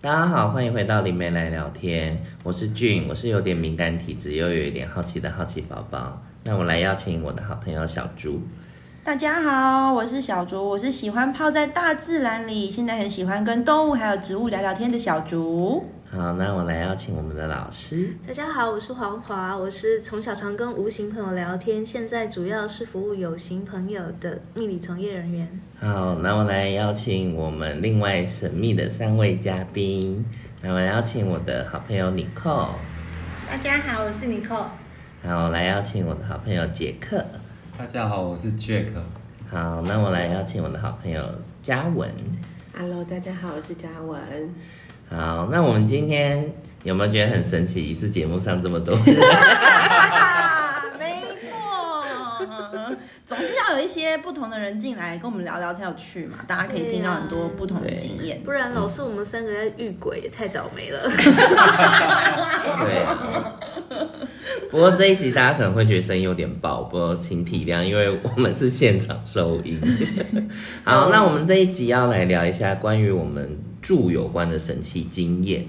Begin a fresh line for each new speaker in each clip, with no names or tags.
大家好，欢迎回到灵媒来聊天，我是俊，我是有点敏感体质又有一点好奇的好奇宝宝。那我来邀请我的好朋友小猪。
大家好，我是小竹，我是喜欢泡在大自然里，现在很喜欢跟动物还有植物聊聊天的小竹。
好，那我来邀请我们的老师。
大家好，我是黄华，我是从小常跟无形朋友聊天，现在主要是服务有形朋友的命理从业人员。
好，那我来邀请我们另外神秘的三位嘉宾。那我邀请我的好朋友尼克，
大家好，我是 Nicole。
好，我来邀请我的好朋友杰克。
大家好，我是 Jack。
好，那我来邀请我的好朋友嘉文。
Hello，大家好，我是嘉文。
好，那我们今天有没有觉得很神奇？一次节目上这么多人，
啊，没错， 总是要有一些不同的人进来跟我们聊聊才有趣嘛，大家可以听到很多不同的经验
不。然老是我们三个在遇鬼，也太倒 霉了。
对啊。不过这一集大家可能会觉得声音有点爆，不过请体谅，因为我们是现场收音。好，那我们这一集要来聊一下关于我们住有关的神奇经验。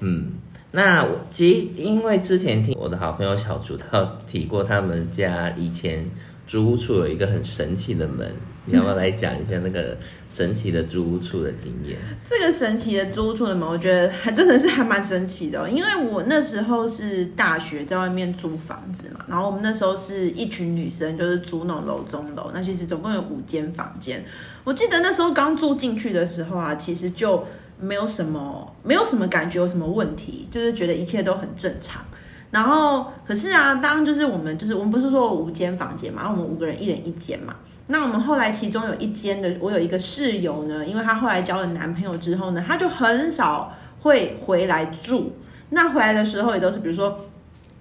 嗯，那我其实因为之前听我的好朋友小竹他有提过，他们家以前租屋处有一个很神奇的门，你要不要来讲一下那个神奇的租屋处的经验？
这个神奇的租处的门，我觉得还真的是还蛮神奇的哦、因为我那时候是大学在外面租房子嘛，然后我们那时候是一群女生，就是租那种楼中楼，那其实总共有五间房间。我记得那时候刚住进去的时候啊，其实就没有什么没有什么感觉有什么问题，就是觉得一切都很正常。然后可是啊，当就是我们就是我们不是说五间房间嘛，然后我们五个人一人一间嘛。那我们后来其中有一间的，我有一个室友呢，因为她后来交了男朋友之后呢，她就啊很少会回来住。那回来的时候也都是比如说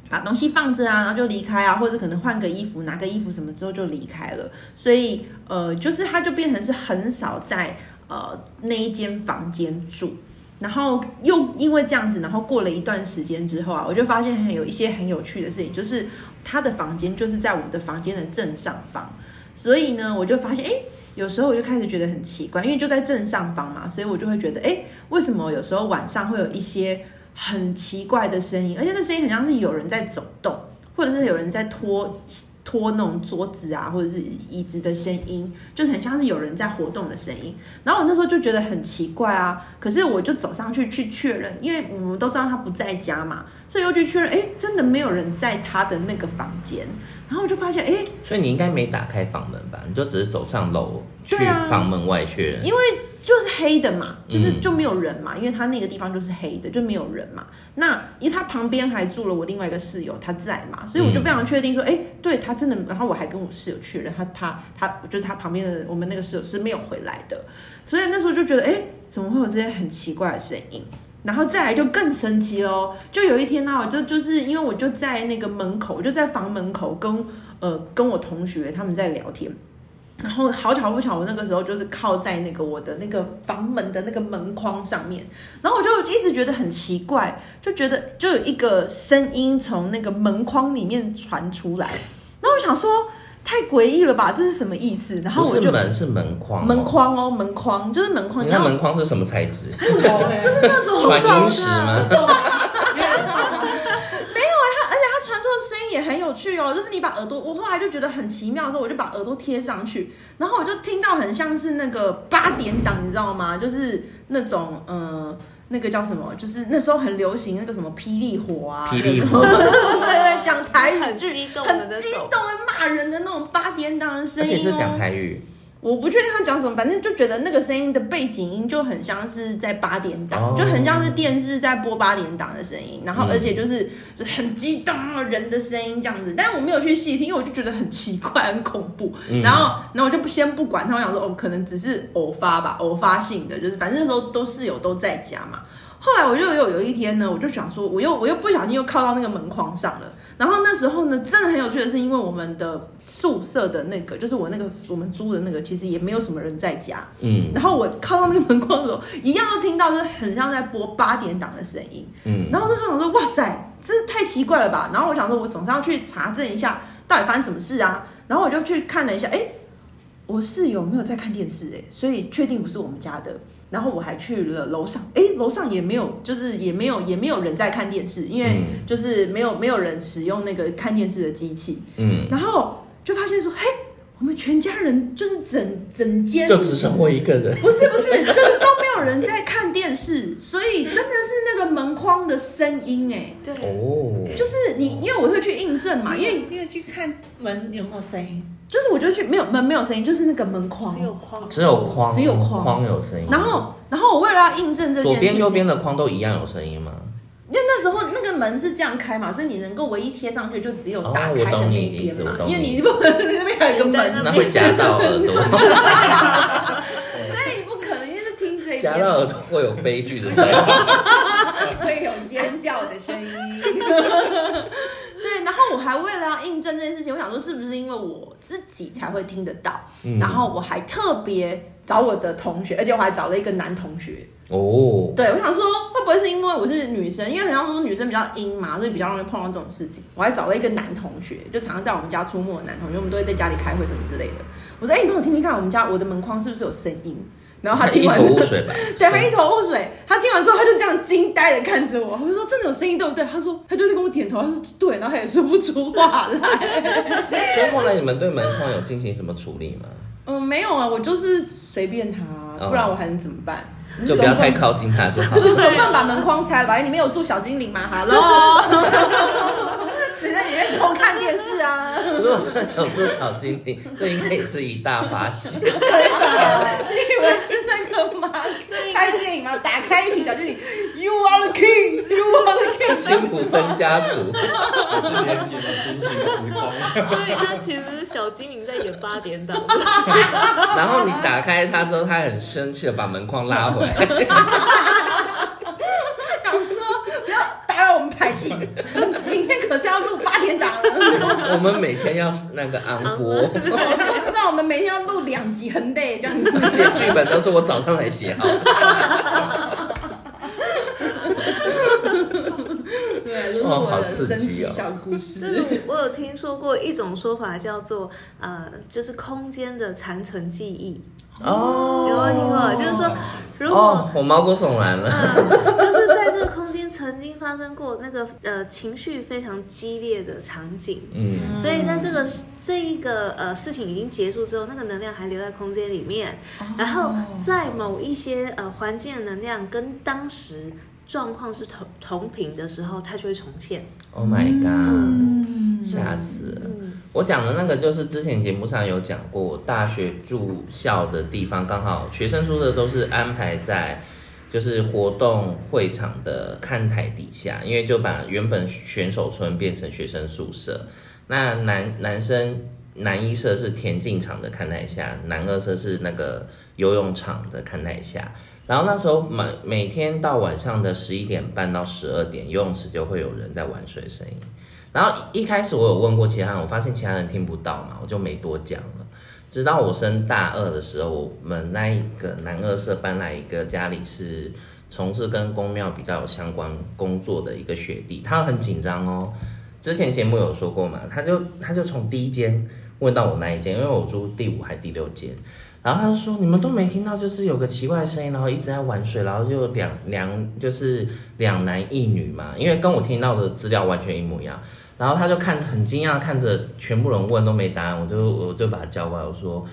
把东西放着啊，然后就离开啊，或者可能换个衣服、拿个衣服什么之后就离开了。所以呃，就是她就变成是很少在呃那一间房间住。然后又因为这样子，然后过了一段时间之后啊，我就发现很有一些很有趣的事情，就是她的房间就是在我的房间的正上方。所以呢，我就发现，哎、有时候我就开始觉得很奇怪，因为就在正上方嘛，所以我就会觉得，哎、为什么有时候晚上会有一些很奇怪的声音，而且那声音很像是有人在走动，或者是有人在拖拖那种桌子啊，或者是椅子的声音，就是很像是有人在活动的声音。然后我那时候就觉得很奇怪啊，可是我就走上去去确认，因为我们都知道他不在家嘛，所以又去确认，哎、真的没有人在他的那个房间。然后我就发现，哎、
所以你应该没打开房门吧？你就只是走上楼去
对啊
房门外确认。
因为就是黑的嘛，就是
嗯
就没有人嘛，因为他那个地方就是黑的，就没有人嘛。那因为他旁边还住了我另外一个室友，他在嘛，所以我就非常确定说，哎、对他真的，然后我还跟我室友确认，他他他就是他旁边的我们那个室友是没有回来的，所以那时候就觉得，哎、怎么会有这些很奇怪的声音？然后再来就更神奇喽，就有一天呢、我就就是因为我就在那个门口，我就在房门口跟呃跟我同学他们在聊天，然后好巧不巧，我那个时候就是靠在那个我的那个房门的那个门框上面，然后我就一直觉得很奇怪，就觉得就有一个声音从那个门框里面传出来，然后我想说太诡异了吧，这是什么意思？然后
不
我
是
就
门，是门框、
门。框啊哦，门框就是门框，
你
你知
看
道
门框是什么材 质？
就是那种
传
对
音石吗？
它传出的声音也很有趣哦，就是你把耳朵，我后来就觉得很奇妙的时候，我就把耳朵贴上去，然后我就听到很像是那个八点档，你知道吗？就是那种呃，那个叫什么？就是那时候很流行那个什么霹雳火啊，
霹雳
火， 对对，讲台语
很
剧，
激动的那
很
种
激动的骂人的那种八点档的声
而
音、哦，
且是讲台语
我不确定他讲什么，反正就觉得那个声音的背景音就很像是在八点档
哦
就很像是电视在播八点档的声音，然后
嗯
而且就是很激动啊人的声音这样子，但我没有去细听，因为我就觉得很奇怪、很恐怖。
嗯
然后，然后我就不先不管他，我想说哦，可能只是偶发吧，偶发性的，就是反正那时候都室友都在家嘛。后来我就有有一天呢，我就想说，我又我又不小心又靠到那个门框上了。然后那时候呢，真的很有趣的是，因为我们的宿舍的那个，就是我那个我们租的那个，其实也没有什么人在家。
嗯
然后我靠到那个门框的时候，一样都听到就是很像在播八点档的声音。
嗯，
然后那时候想说，哇塞，这太奇怪了吧！然后我想说，我总是要去查证一下到底发生什么事啊。然后我就去看了一下，哎，我室友没有在看电视、哎，所以确定不是我们家的。然后我还去了楼上，哎，楼上也没有，就是也没有也没有人在看电视，因为
嗯
就是没有没有人使用那个看电视的机器，
嗯，
然后就发现说，嘿，我们全家人就是整整间
就只剩我一个人。
不是不 是，就是都没有人在看电视，所以真的是那个门框的声音哎、
对，
哦，
就是你，因为我会去印证嘛，因为
你有去看门有没有声音？
就是我就去没有门没有声音，就是那个门框
只。有框，
只有框，
只有框
框有声音。
然后然后我为了要印证这件事情，
左边右边的框都一样有声音吗？
因为那时候那个门是这样开嘛，所以你能够唯一贴上去就只有打开
哦我
的
懂
那
你
一边
意思
嘛，
我懂
因为
你
你不 能那边还有一个门，
那会夹到耳朵，
所以你不可能就是听这一
夹
边
到耳朵会有悲剧的声音。
会有尖叫的声音。 对，然后我还为了要印证这件事情，我想说是不是因为我自己才会听得到，
嗯
然后我还特别找我的同学，而且我还找了一个男同学。
哦，
对，我想说会不会是因为我是女生，因为很像说女生比较阴嘛，所以比较容易碰到这种事情。我还找了一个男同学，就常常在我们家出没的男同学，我们都会在家里开会什么之类的。我说，哎、你帮我听听看，我们家我的门框是不是有声音？然后他听
一
完
头雾水吧？
对他一头雾水，他听完之后他就这样惊呆的看着我，我说真的有声音对不对？他说他就是跟我点头，他说对，然后他也说不出话来。
所以后来你们对门框有进行什么处理吗？
嗯，没有啊，我就是随便他，
哦
不然我还能怎么办？
就不要太靠近它就好
总。不能把门框拆了吧？你们有住小精灵吗？Hello，谁在里面偷看电视啊？
如果是讲出小精灵， 这应该也是一大发喜。
你以为是那个吗？拍电影吗？打开一群小精灵，You are the king, You are the king，
辛普森家族，
我是连接了平行时空。
所以他其实是小精灵在演八点档，
然后你打开它之后，它很生气的把门框拉回来。
想说不要打扰我们拍戏，明天可是要录八点档了。
我们每天要那个昂播，
我知道我们每天要录两集，很累这样子。
这些剧本都是我早上才写好的。
对，就是
哦
我
好
的
刺
神
激
奇
哦
小故
就
事。
是我有听说过一种说法叫做呃，就是空间的残存记忆，
哦
有没有听过？就是说，如
哦
果，
我毛骨悚然了。
嗯，就是在这个空间曾经发生过那个呃情绪非常激烈的场景，
嗯，
所以在这个这一个呃事情已经结束之后，那个能量还留在空间里面，然后在某一些呃环境的能量跟当时状况是同同频的时候，它就会重现。
Oh my god！
嗯
吓死了！
嗯，
我讲的那个就是之前节目上有讲过，我大学住校的地方刚好学生宿舍都是安排在就是活动会场的看台底下，因为就把原本选手村变成学生宿舍。那男男生男一社是田径场的看台下，男二社是那个游泳场的看台下。然后那时候每每天到晚上的十一点半到十二点，游泳池就会有人在玩水声音。然后一开始我有问过其他人，我发现其他人听不到嘛，我就没多讲了。直到我升大二的时候，我们那一个男二社搬来一个家里是从事跟公庙比较有相关工作的一个学弟，他很紧张哦。之前节目有说过嘛，他就他就从第一间问到我那一间，因为我住第五还第六间，然后他就说你们都没听到，就是有个奇怪的声音，然后一直在玩水，然后就两两就是两男一女嘛，因为跟我听到的资料完全一模一样。然后他就看很惊讶看着全部人问都没答案，我就我就把他叫过来，我说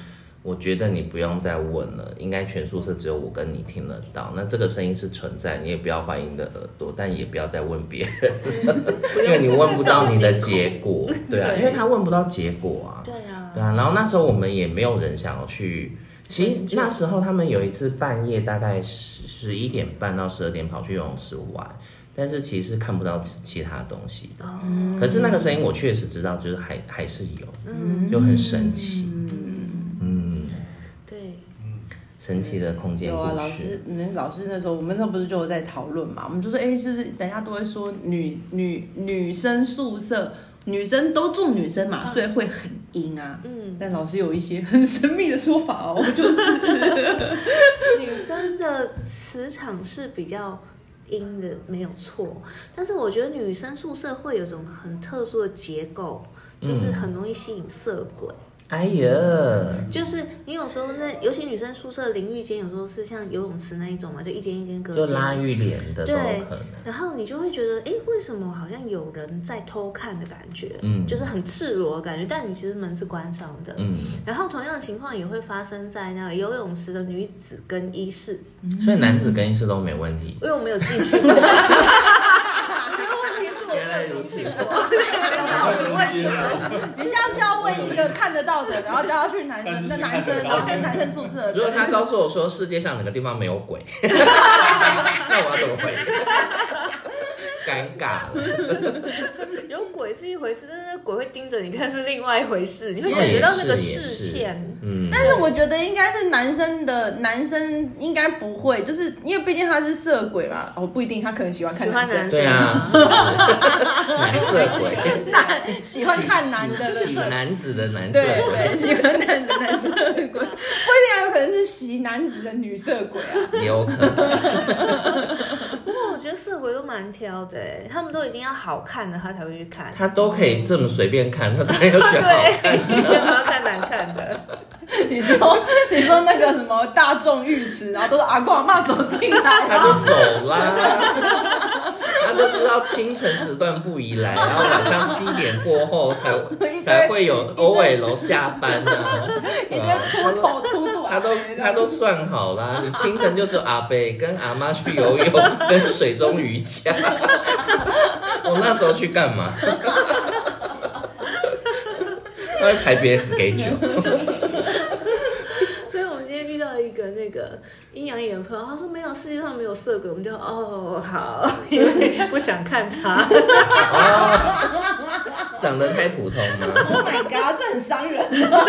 我觉得你不用再问了，应该全宿舍只有我跟你听得到。那这个声音是存在，你也不要怀疑你的耳朵，但也不要再问别人， 因为你问不到你的结果。对啊，因为他问不到结果啊。
对啊，
对啊，然后那时候我们也没有人想要去。其实那时候他们有一次半夜大概十十一点半到十二点跑去游泳池玩，但是其实看不到其其他东西的。可是那个声音我确实知道，就是还还是有，
嗯，
就很神奇。嗯，
对，
神奇的空间
有
故
啊，老
事
师，。那老师那时候，我们那时候不是就有在讨论嘛？我们就说，哎、是不是大家都会说女女女生宿舍，女生都住女生嘛，所以会很阴啊。
嗯，
但老师有一些很神秘的说法哦，我就
女生的磁场是比较阴的，没有错。但是我觉得女生宿舍会有一种很特殊的结构，就是很容易吸引色鬼。
哎呀，
就是你有时候那，尤其女生宿舍淋浴间，有时候是像游泳池那一种嘛，就一间一间隔
就
间。
拉浴帘的都有可能。
然后你就会觉得，哎，为什么好像有人在偷看的感觉？
嗯
就是很赤裸的感觉，但你其实门是关上的。
嗯，
然后同样的情况也会发生在那个游泳池的女子更衣室，
所以男子更衣室都没问题。
因为我没有进去过。 问题是我
原来
没有
如此
进去过。
你下次要问一个看得到的，然后叫他去男生的男生，然后去男生宿舍。
如果他告诉我说世界上哪个地方没有鬼， 那我要怎么回？尴尬了，
有鬼是一回事，但是那鬼会盯着你看是另外一回事，你会
哦
感觉到
也
那
是
个
也
视
是
线。
嗯，
但是我觉得应该是男生的，男生应该不会，就是因为毕竟他是色鬼嘛，哦不一定，他可能喜欢看
喜欢
男生
男，
对
生
啊，是不是 男色鬼，
男喜欢看男的
喜喜
人，
男子的男色
对
鬼
对，喜欢男的男色鬼，不一定还有可能是喜男子的女色鬼啊。
也有可能。
不过我觉得色鬼都蛮挑的欸，他们都一定要好看的他才会去看，
他都可以这么随便看，他当然要选好看。
对，一定不要看难看的。
你说你说那个什么大众浴池，然后都是阿 公阿妈走进来，
他
然
就
后
走啦，他都知道清晨时段不宜来，然后晚上七点过后 才才会有 OL 下班啊。
一堆秃头秃头，
他都他都算好啦，你清晨就走阿贝跟阿妈去游泳，跟水中瑜 伽。我那时候去干嘛？他会排别的 schedule，
所以我们今天遇到一个那个阴阳眼的朋友，他说没有世界上没有色鬼，我们就哦好，因为不想 看他。
长得太普通吗？
Oh my god，这很伤人，
不
不能跟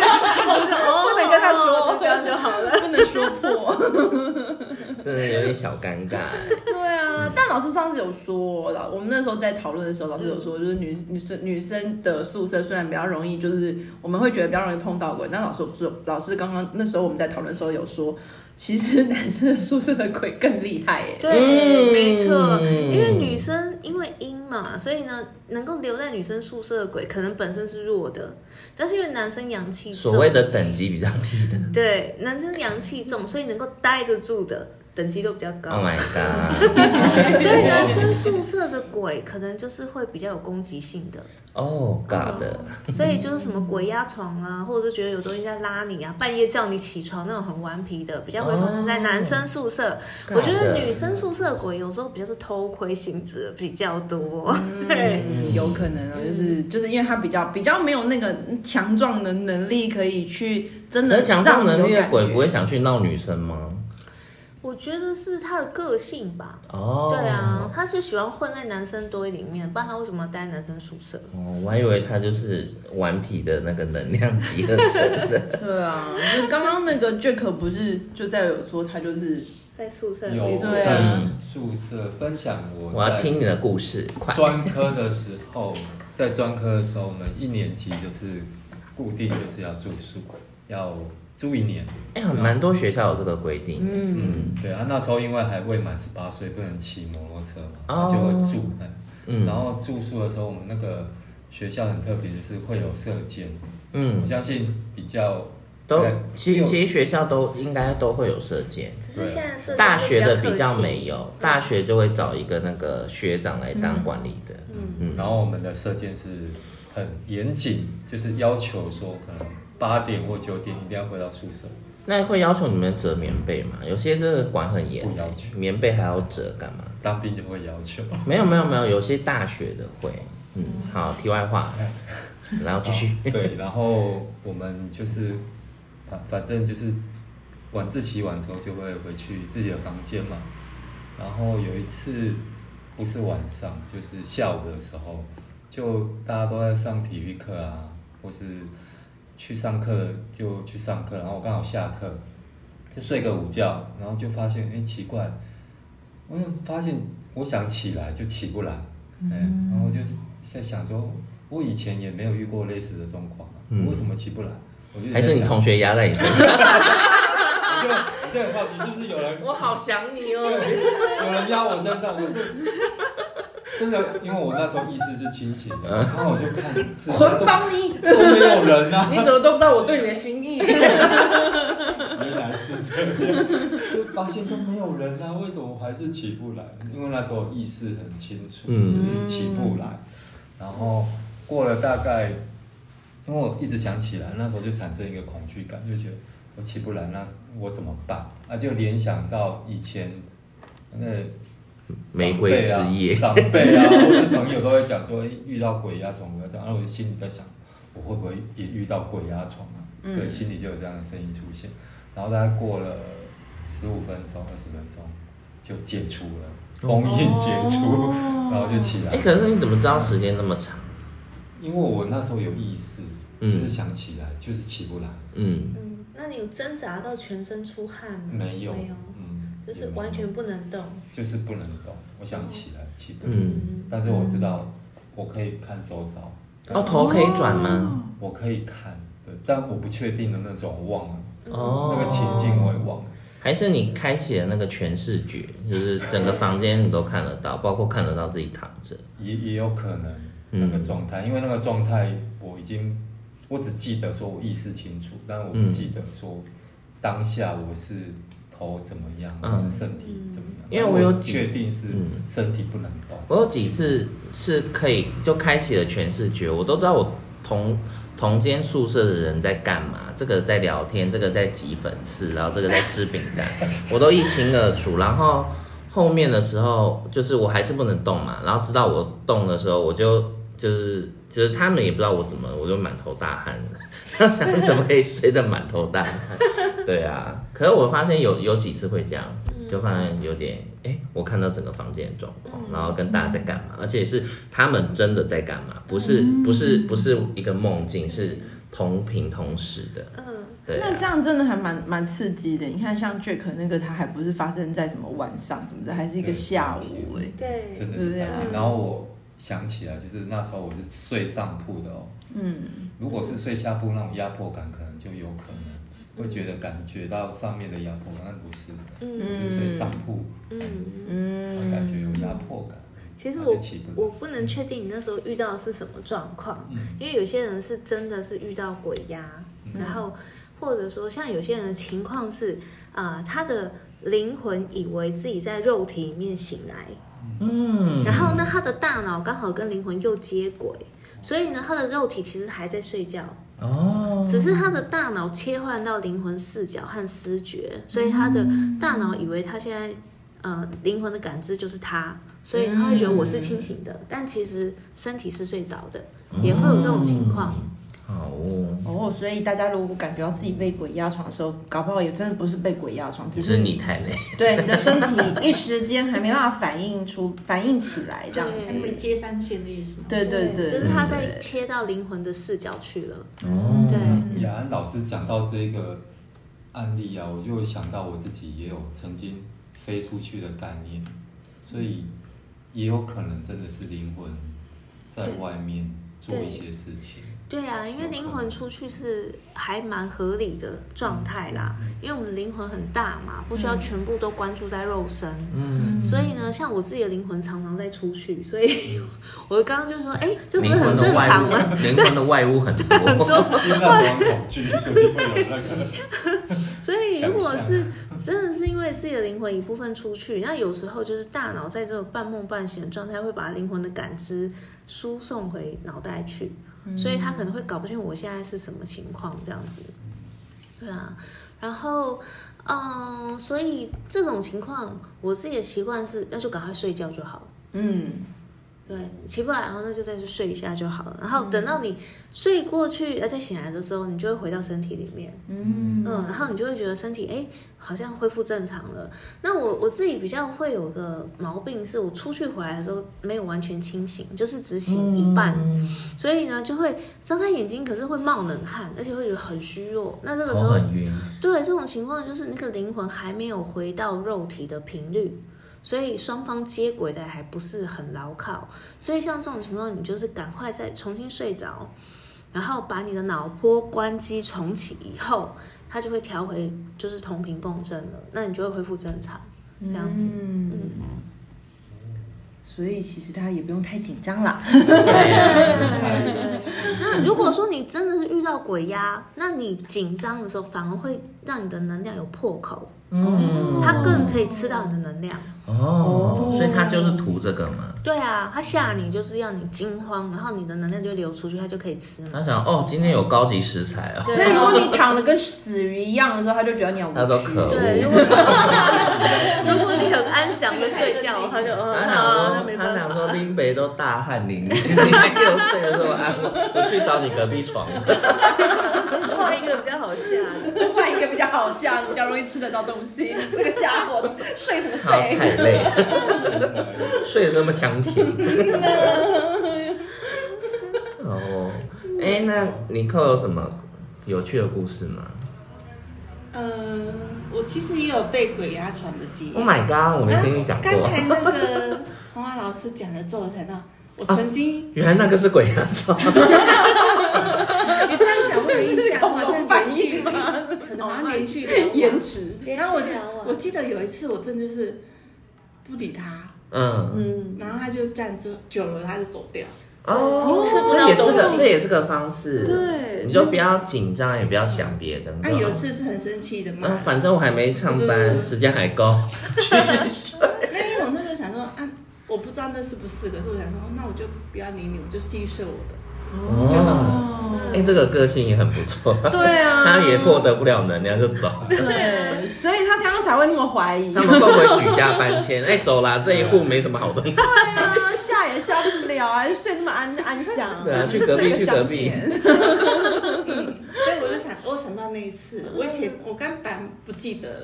他说
这样就好了。
不能说破。
真的有点小尴尬欸、
对啊，但老师上次有说，老我们那时候在讨论的时候，老师有说，就是女女生女生的宿舍虽然比较容易，就是我们会觉得比较容易碰到鬼，但老师有说，老师刚刚那时候我们在讨论的时候有说，其实男生的宿舍的鬼更厉害耶。
对，
嗯
没错，因为女生因为阴嘛，所以呢，能够留在女生宿舍的鬼，可能本身是弱的，但是因为男生阳气重，
所谓的等级比较低的。
对男生阳气重，所以能够待得住的等级都比较高。
Oh my god！
所
嗯
以男生宿舍的鬼可能就是会比较有攻击性的，
哦、god！
所以就是什么鬼压床啊，或者是觉得有东西在拉你啊，半夜叫你起床那种很顽皮的，比较会发生在男生宿舍。
哦
我觉得女生宿舍鬼有时候比较是偷窥性质的比较多，对。
嗯，有可能啊，就是就是因为他比较比较没有那个强壮的能力，可以去真
可
的
是强壮能
让你
力
有
的
感
鬼
觉
不会想去闹女生吗？
我觉得是他的个性吧。
哦、
对啊，。他是喜欢混在男生多一点里面，不然他为什么要待在男生宿舍？
哦，我还以为他就是顽皮的那个能量集合成的。
对啊，就刚刚那个 Jack 不是就在有说他就是
在宿舍
有
里
对
在
啊
宿舍分享我
我要
在
听你的故事，快！
专科的时候，在专科的时候，我们一年级就是固定就是要住宿，要住一年。
哎、很蛮多学校有这个规定。嗯
对啊，那时候因为还未满十八岁，不能骑摩托车嘛，
哦
那就会住那。
嗯
然后住宿的时候，我们那个学校很特别，就是会有射箭。我
嗯，
相信比较
都
大概
其
六
其实学校都应该都会有射箭，
只是现在社
大学的比较没
美，
有，大学就会找一个那个学长来当管理的。嗯
然后我们的射箭是很严谨，就是要求说可能八点或九点一定要回到宿舍。
那会要求你们折棉被吗？有些真的管很严
不要求，
棉被还要折干嘛？
当兵就会要求。
没有没有没有，有些大学的会。嗯，好，题外话，
哎
然后继续。
对，然后我们就是反反正就是晚自习完之后就会回去自己的房间嘛。然后有一次不是晚上，就是下午的时候，就大家都在上体育课啊，或是去上课就去上课，然后我刚好下课就睡个午觉，然后就发现哎奇怪，我就发现我想起来就起不来，嗯，然后我就在想说，我以前也没有遇过类似的状况啊，
嗯
我为什么起不来？我 就
还是你
在想
同学压在你身上？
我就我就很好奇，是不是有人
我好想你哦。
有人压我身上，我是真的，因为我那时候意识是清醒
嗯
的，然后我就看 是
捆绑你，
都没有人啊，
你怎么都不知道我对你的心意？
原来是这样，就发现都没有人啊，为什么我还是起不来？因为那时候意识很清楚，
嗯
就是起不来。然后过了大概，因为我一直想起来，那时候就产生一个恐惧感，就觉得我起不来，那我怎么办？啊，就联想到以前那个
玫瑰之夜，
啊长辈啊，长辈啊或是朋友都会讲说，哎遇到鬼压床不啊要这样。然后我就心里在想，我会不会也遇到鬼压床啊？
嗯
对，心里就有这样的声音出现。然后大概过了十五分钟、二十分钟，就解除了
哦
封印，解除，
哦
然后就起来
哎、。可是你怎么知道时间那么长？
因为我那时候有意识，
嗯
就是想起来，就是起不来，
嗯，
嗯，那你有挣扎到全身出汗吗？
没有，
没有，
嗯，
就是
也没有
完全不能动。
就是不能动。我想起来，起不来，
嗯
但是我知道我可以看周遭。
哦，头可以转吗？
我可以看，对，但我不确定能不能转，我忘了、
哦，
那个情境我也忘了。
还是你开启了那个全视觉，就是整个房间你都看得到，包括看得到自己躺着。
也也有可能
嗯
那个状态，因为那个状态我已经，我只记得说我意识清楚，但我不记得说当下我是头怎么样，
嗯
我是身体怎么样，
因为我有几
确定是
嗯
身体不能动。
我有几次是可以就开启了全视觉，我都知道我同同间宿舍的人在干嘛，这个在聊天，这个在挤粉刺，然后这个在吃饼干，我都一清二楚。然后后面的时候，就是我还是不能动嘛，然后直到我动的时候，我就就是就是他们也不知道我怎么，我就满头大汗 了，然后想你怎么可以睡得满头大汗？ 对啊，可是我发现有有几次会这样子，
嗯
就发现有点，哎、我看到整个房间的状况，
嗯
然后跟大家在干嘛，而且是他们真的在干嘛，不是
嗯
不是不是一个梦境，是同频同时的，
嗯，
对、啊
那。这样真的还蛮蛮刺激的。你看，像 Jack 那个，他还不是发生在什么晚上什么的，还是一个
对
下午哎、
对，
真的是白
对
天
啊。
然后我想起来，就是那时候我是睡上铺的哦。嗯。如果是睡下铺那种压迫感，可能就有可
嗯
能会觉得感觉到上面的压迫感，但不是，我
嗯
是睡上铺，
嗯，
然后感觉有压迫感。
其实
然
我
后就起不
我
来。
不能确定你那时候遇到的是什么状况，
嗯
因为有些人是真的是遇到鬼压，然后或者说像有些人的情况是啊、呃他的灵魂以为自己在肉体里面醒来，
嗯，
然后呢，他的大脑刚好跟灵魂又接轨，所以呢，他的肉体其实还在睡觉，
哦，
只是他的大脑切换到灵魂视角和思觉，所以他的
嗯
大脑以为他现在呃灵魂的感知就是他，所以他会觉得我是清醒的，
嗯
但其实身体是睡着的，也会有这种情况。
好哦，
哦，所以大家如果感觉到自己被鬼压床的时候，搞不好也真的不是被鬼压床，只
只
是
是你太累，
对你的身体一时间还没办法反应出 反应起来这样
对
子
还。没接上线的意思吗？
对对对，
就是他在切到灵魂的视角去了。
哦，
对，
嗯雅安老师讲到这个案例啊，我就会想到我自己也有曾经飞出去的概念，所以也有可能真的是灵魂在外面做一些事情。
对啊，因为灵魂出去是还蛮合理的状态啦，因为我们灵魂很大嘛，不需要全部都关注在肉身。
嗯，
所以呢，像我自己的灵魂常常在出去，所以 我刚刚就说，哎、这不
灵
是很
魂的
正
外
常
物
吗？，
灵魂的外物很 多，
因为那时候很恐惧，所以会有那个。
所以如果是真的是因为自己的灵魂一部分出去，那有时候就是大脑在这种半梦半醒的状态，会把灵魂的感知输送回脑袋去，所以他可能会搞不清我现在是什么情况这样子。对啊，然后嗯、呃所以这种情况，我自己的习惯是那就赶快睡觉就好了。
嗯，
对，嗯起不来，然后那就再去睡一下就好了。然后等到你睡过去，呃，再醒来的时候，你就会回到身体里面，嗯然后你就会觉得身体哎好像恢复正常了。那我我自己比较会有个毛病，是我出去回来的时候没有完全清醒，就是只醒一半，所以呢就会张开眼睛，可是会冒冷汗，而且会觉得很虚弱。那这个时
头
候
哦很晕，
对，这种情况就是那个灵魂还没有回到肉体的频率，所以双方接轨的还不是很牢靠。所以像这种情况，你就是赶快再重新睡着，然后把你的脑波关机重启以后，它就会调回就是同频共振了，那你就会恢复正常。这样子，嗯，
所以其实大家也不用太紧张啦。
对啊，
那如果说你真的是遇到鬼压，那你紧张的时候反而会让你的能量有破口，
嗯，
它更可以吃到你的能量。
哦，所以他就是图这个嘛。
对啊，它吓你就是要你惊慌，然后你的能量就会流出去，它就可以吃嘛。
他想，哦，今天有高级食材哦，
所以如果你躺的跟死鱼一样的时候，他就觉得你很
他都
无趣。
可恶。
对，如果如果你很安详的睡觉，它就 嗯，
他
好那
想
没
说，
办
他
法。
想说，林北都大汗淋漓， 你还给我睡得这么安稳，我去找你隔壁床。
换一个比较好下的。
换一个比较好叫，你比较容易吃得到东西。这个家伙睡什么
好，太
睡？
累，睡得那么香 甜。哦，哎，那你扣有什么有趣的故事吗
呃，我其实也有被鬼压床的经验。啊
？Oh my god，我没听你讲
刚
过。
才那个黄华老师讲的之后才知道，我曾经、
啊原来那个是鬼压 床，
你这样讲会有印象，
恐
好
龙
像
反
连
应
续，可能好像连续
哦
哦
两晚
延迟。
然后
连续两
我
晚
我记得有一次，我真的是不理他，
嗯，
嗯，
然后他就站着久了，他就走掉。
哦，
吃不
这
到
也是
东
个
西
这也是个方式，
对
你就不要紧张，也不要想别的。你
那、
就
啊有一次是很生气的嘛，
啊，反正我还没上班，
嗯
时间还够，
哦
继续睡。
没有，因为我那时候想说啊，我不知道那是不是，可是我想说，哦那我就不要理你，我就继续睡我的。就好
哦，哎、这个个性也很不错。
对啊
他也获得不了能量就走。
对，所以他刚刚才会那么怀 疑。
他们会不会举家搬迁？哎、走啦，这一户没什么好东西。
对啊，吓也吓不了啊，睡那么安安详。
对啊去隔壁去隔壁
睡得香甜
所以我就想，我想到那一次，我以前我根本不记得了，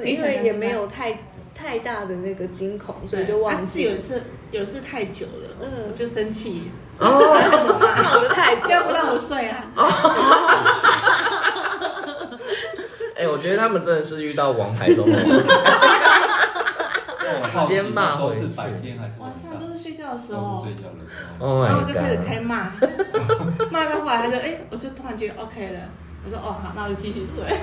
嗯因
想
为
想
也
看
没有太太大的那个惊恐，所
对，
以就忘
啊是
记
有一
了。
次，有一次太久了，
嗯
我就生气，
哦，
闹得太久
这样不
了，
让我睡啊。
哎、我觉得他们真的是遇到王牌中的
那我好奇
连骂
那时候
回
是
去
白天还是晚
晚
上
上？都是睡觉的时
都是
候，
睡觉的时候。
Oh
然后
my
哦我就开始开
god！
骂，骂到后来他就哎，我就突然觉得 OK 了，我说哦好，那我就继续睡。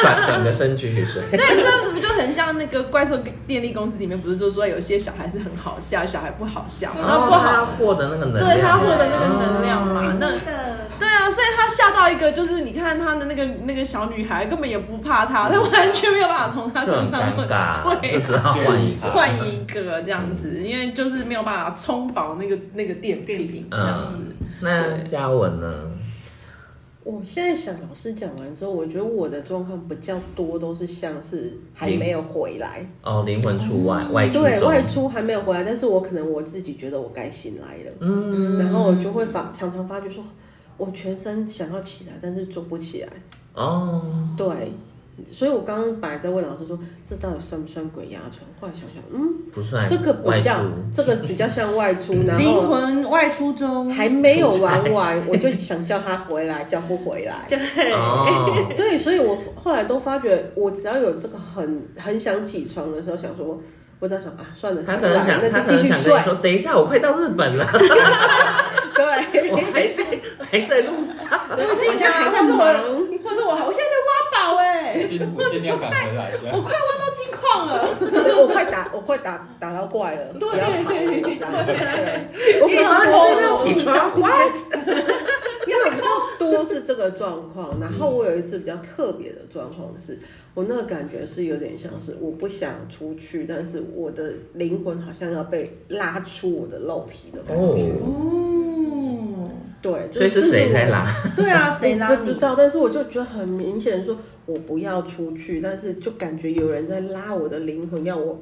转转个身继续睡。
所以这样子不就很像那个怪兽电力公司里面，不是就说有些小孩是很好吓，小孩不好吓嘛，
然
那
后
不
哦他
好
要，获得那个能量，啊
对他获得那个能量
哦
嘛，那。
真的，
对啊，所以他吓到一个，就是你看他的那个那个小女孩根本也不怕他，他完全没有办法从他
就
身
嗯 很
上
尴尬，就
对，
只好换一个。
换一个这样子，因为就是没有办法充饱那个那个电
电
瓶
瓶。
嗯，那嘉文呢？
我现在想，老师讲完之后，我觉得我的状况比较多都是像是还没有回来，
哦，灵魂出外，外出
嗯对
中
外出还没有回来，但是我可能我自己觉得我该醒来了，
嗯，
然后我就会发常常发觉说，我全身想要起来，但是做不起来，
哦，
对。所以我刚刚本来在问老师说，这到底算不算鬼压床？后来想想，嗯，
不算
这个比
外
较
出，
这个比较像外出，然
灵
后
魂外出中，
还没有玩完，我就想叫他回来，叫不回来。
对，
哦，
对，所以我后来都发觉，我只要有这个很很想起床的时候，想说，我只要想啊，算了，
他可能想，
起不来
他
那
可
就继
能想
续睡
跟你。说，等一下，我快到日本 了，我
对，
还在还在路上。
我现在
啊
还在忙。
或者我还我现在在挖宝哎、
尽我尽量赶回来，这
我
样
快挖到金矿了，
对哎我快打，我快打打到怪了，不要跑，
对
这样对，我比较
要
多，
起床，what？
因为我比较多是这个状况。然后我有一次比较特别的状况是，我那个感觉是有点像是我不想出去，但是我的灵魂好像要被拉出我的肉体的感觉。
哦，
哦，
对，就
所以是谁在
我
拉？
对啊，谁拉
我不知
你？
道，但是我就觉得很明显，说我不要出去，但是就感觉有人在拉我的灵魂，要我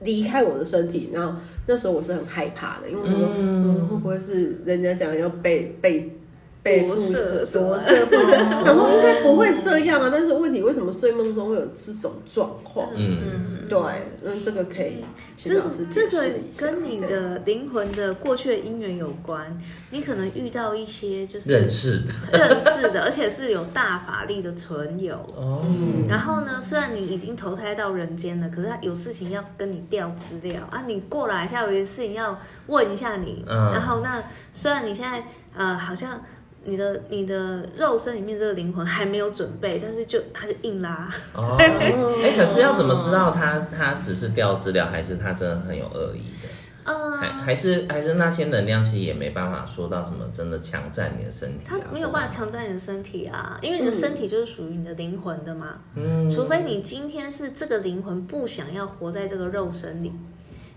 离开我的身体。然后那时候我是很害怕的，因为我想说，嗯，会不会是人家讲要被被被
夺
附
舍是吧
夺舍附身？
哦
他说应该不会这样啊，但是问题为什么睡梦中会有这种状况？
嗯，
对，嗯，这个可以请
这
嗯
老师
这
解
个
释一下。
跟你
对
的灵魂的过去的因缘有关，你可能遇到一些就是
认识的
认识的，而且是有大法力的存有。
哦，
然后呢，虽然你已经投胎到人间了，可是他有事情要跟你调资料啊，你过来一下，有些事情要问一下你。
嗯
然后那虽然你现在呃好像。你的你的肉身里面这个灵魂还没有准备，但是就他就硬 拉，
哦，哎，可是要怎么知道他他只是调资料，还是他真的很有恶意的？
嗯、
还
啊，
还是还是那些能量其实也没办法说到什么真的强占你的身体、啊，
它没有办法强占你的身体啊，因为你的身体就是属于你的灵魂的嘛。
嗯，
除非你今天是这个灵魂不想要活在这个肉身里，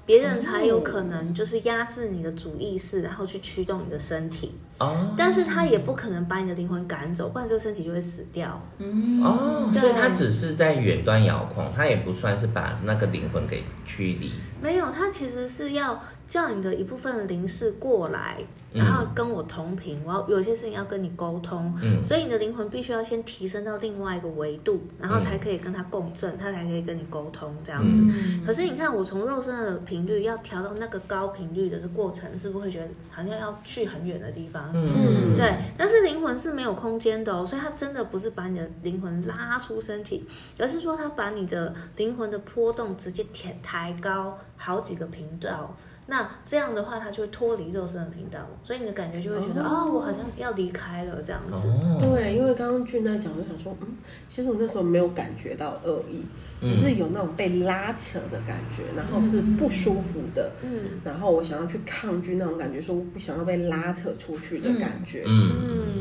别
哦
人才有可能就是压制你的主意识，然后去驱动你的身体。
哦
但是他也不可能把你的灵魂赶走，不然这个身体就会死掉。
哦，
嗯对
所以它只是在远端遥控，它也不算是把那个灵魂给驱离。
没有，他其实是要叫你的一部分灵视过来，
嗯
然后跟我同频，我要有些事情要跟你沟通，
嗯
所以你的灵魂必须要先提升到另外一个维度，然后才可以跟他共
嗯
振，他才可以跟你沟通这样子。可是你看，我从肉身的频率要调到那个高频率的这过程，是不是会觉得好像要去很远的地方？
嗯，
对，但是灵魂是没有空间的哦，所以它真的不是把你的灵魂拉出身体，而是说它把你的灵魂的波动直接填抬高好几个频道。那这样的话，它就会脱离肉身的频道，所以你的感觉就会觉得哦我好像要离开了这样子。
哦，
对，因为刚刚俊在讲，我就想说，嗯，其实我那时候没有感觉到恶意，只是有那种被拉扯的感觉，然后是不舒服的，
嗯
然后我想要去抗拒那种感觉，说我不想要被拉扯出去的感觉。
嗯，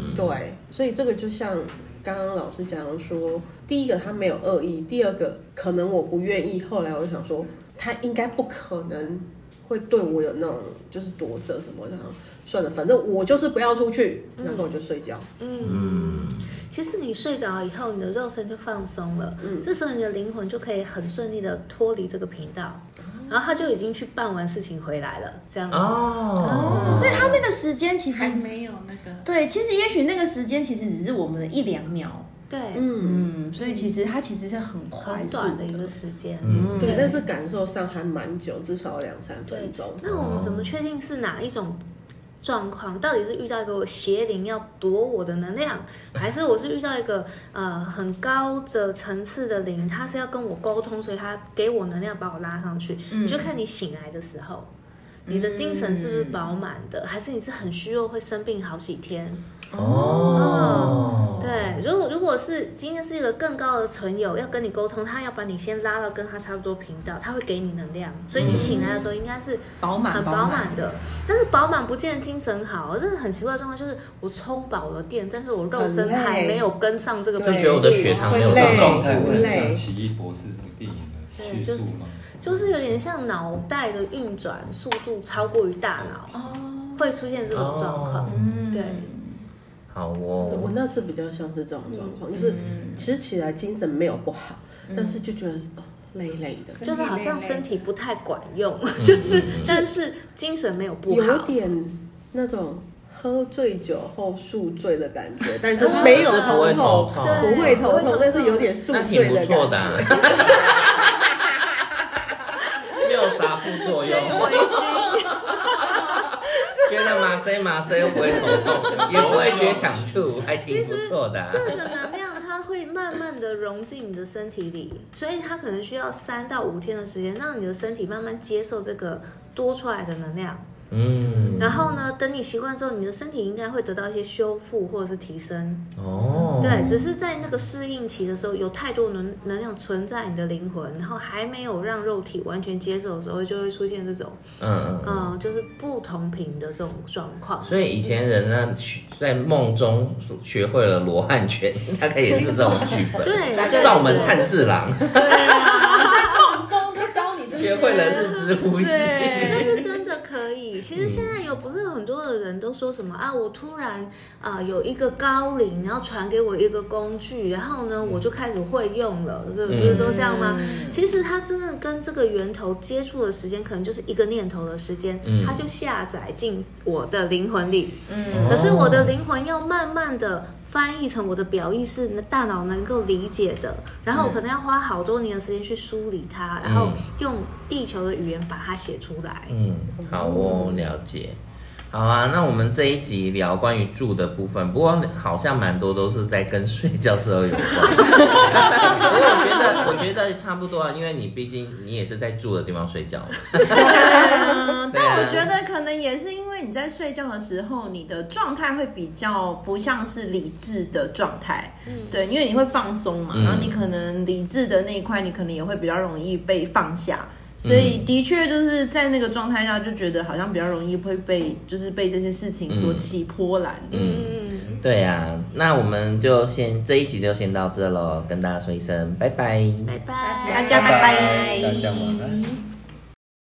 嗯
对，所以这个就像刚刚老师讲说，第一个他没有恶意，第二个可能我不愿意，后来我就想说他应该不可能会对我有那种就是夺舍什么，然后算了，反正我就是不要出去，然后我就睡觉。
嗯，其实你睡着以后，你的肉身就放松了，这时候你的灵魂就可以很顺利的脱离这个频道，然后他就已经去办完事情回来了，这样子。
哦，
所以他那个时间其实
还没有那个。
对，其实也许那个时间其实只是我们的一两秒，
对，
嗯，
嗯，所以其实它其实是很快
很
速
短的一个时间。
嗯
对，但是感受上还蛮久，至少两三分钟。
那我们怎么确定是哪一种状况？到底是遇到一个邪灵要夺我的能量，还是我是遇到一个呃很高的层次的灵，他是要跟我沟通，所以他给我能量把我拉上去？你就看你醒来的时候。你的精神是不是饱满的，还是你是很虚弱，会生病好几天？嗯
哦，
对，如果如果是今天是一个更高的存有要跟你沟通，他要把你先拉到跟他差不多频道，他会给你能量，所以你醒来的时候应该是
饱满
很饱满的，但是饱满不见得精神好，这是很奇怪的状况，就是我充饱了电，但是我肉身
很累
还没有跟上这个频
就
率，
觉得我的血糖没有
会
到
累
状
状
态
态
会
会
累
很像奇异博士那个电影的叙述吗？
就是有点像脑袋的运转速度超过于大脑，
哦，
会出现这种状况。嗯
哦
嗯
对
好
我
哦，
那次比较像是这种状况，就是其实起来精神没有不好，但是就觉得哦累累的，
是
就是好像身体不太管用，
嗯
就是但是精神没有不
有
好，
点那种喝醉酒后宿醉的感觉，但是没有头痛，
不会头痛
对
不会头
不会头
痛
痛，
但是有点宿
那
醉
挺
的
不错的
感
啊
觉。，
没有啥副作用，
微醺。
觉得麻塞麻塞又不会头痛，也不会觉得想吐，还挺不错的啊。
这个能量它会慢慢的融进你的身体里，所以它可能需要三到五天的时间，让你的身体慢慢接受这个多出来的能量。
嗯，
然后呢，等你习惯之后，你的身体应该会得到一些修复或者是提升。
哦，
对，只是在那个适应期的时候，有太多能能量存在你的灵魂，然后还没有让肉体完全接受的时候，就会出现这种
嗯嗯嗯。
嗯，就是不同频的这种状况。
所以以前人呢，学在梦中学会了罗汉拳，大概也是这种剧本。
对，对
灶门炭治郎
对啊。
梦中就教你这些
学会了日之呼吸。
这是真的可以。其实现在有不是很多的人都说什么啊，我突然啊、有一个高龄，然后传给我一个工具，然后呢我就开始会用了，对不是都这样吗？其实他真的跟这个源头接触的时间，可能就是一个念头的时间
嗯，
他就下载进我的灵魂里。
嗯
可是我的灵魂要慢慢的翻译成我的表意识，大脑能够理解的，然后我可能要花好多年的时间去梳理它，然后用地球的语言把它写出来。
嗯，好哦，了解。好啊，那我们这一集聊关于住的部分，不过好像蛮多都是在跟睡觉时候有关。 我觉得，我觉得差不多啊，因为你毕竟你也是在住的地方睡觉嘛。
嗯，
对啊
但我觉得可能也是因为你在睡觉的时候，你的状态会比较不像是理智的状态，对，因为你会放松嘛，
嗯
然后你可能理智的那一块，你可能也会比较容易被放下，所以的确就是在那个状态下，就觉得好像比较容易会被就是被这些事情所起波澜。
嗯，
嗯，
对呀、那我们就先这一集就先到这喽，跟大家说一声拜拜
拜拜，
大家拜拜
大家晚安。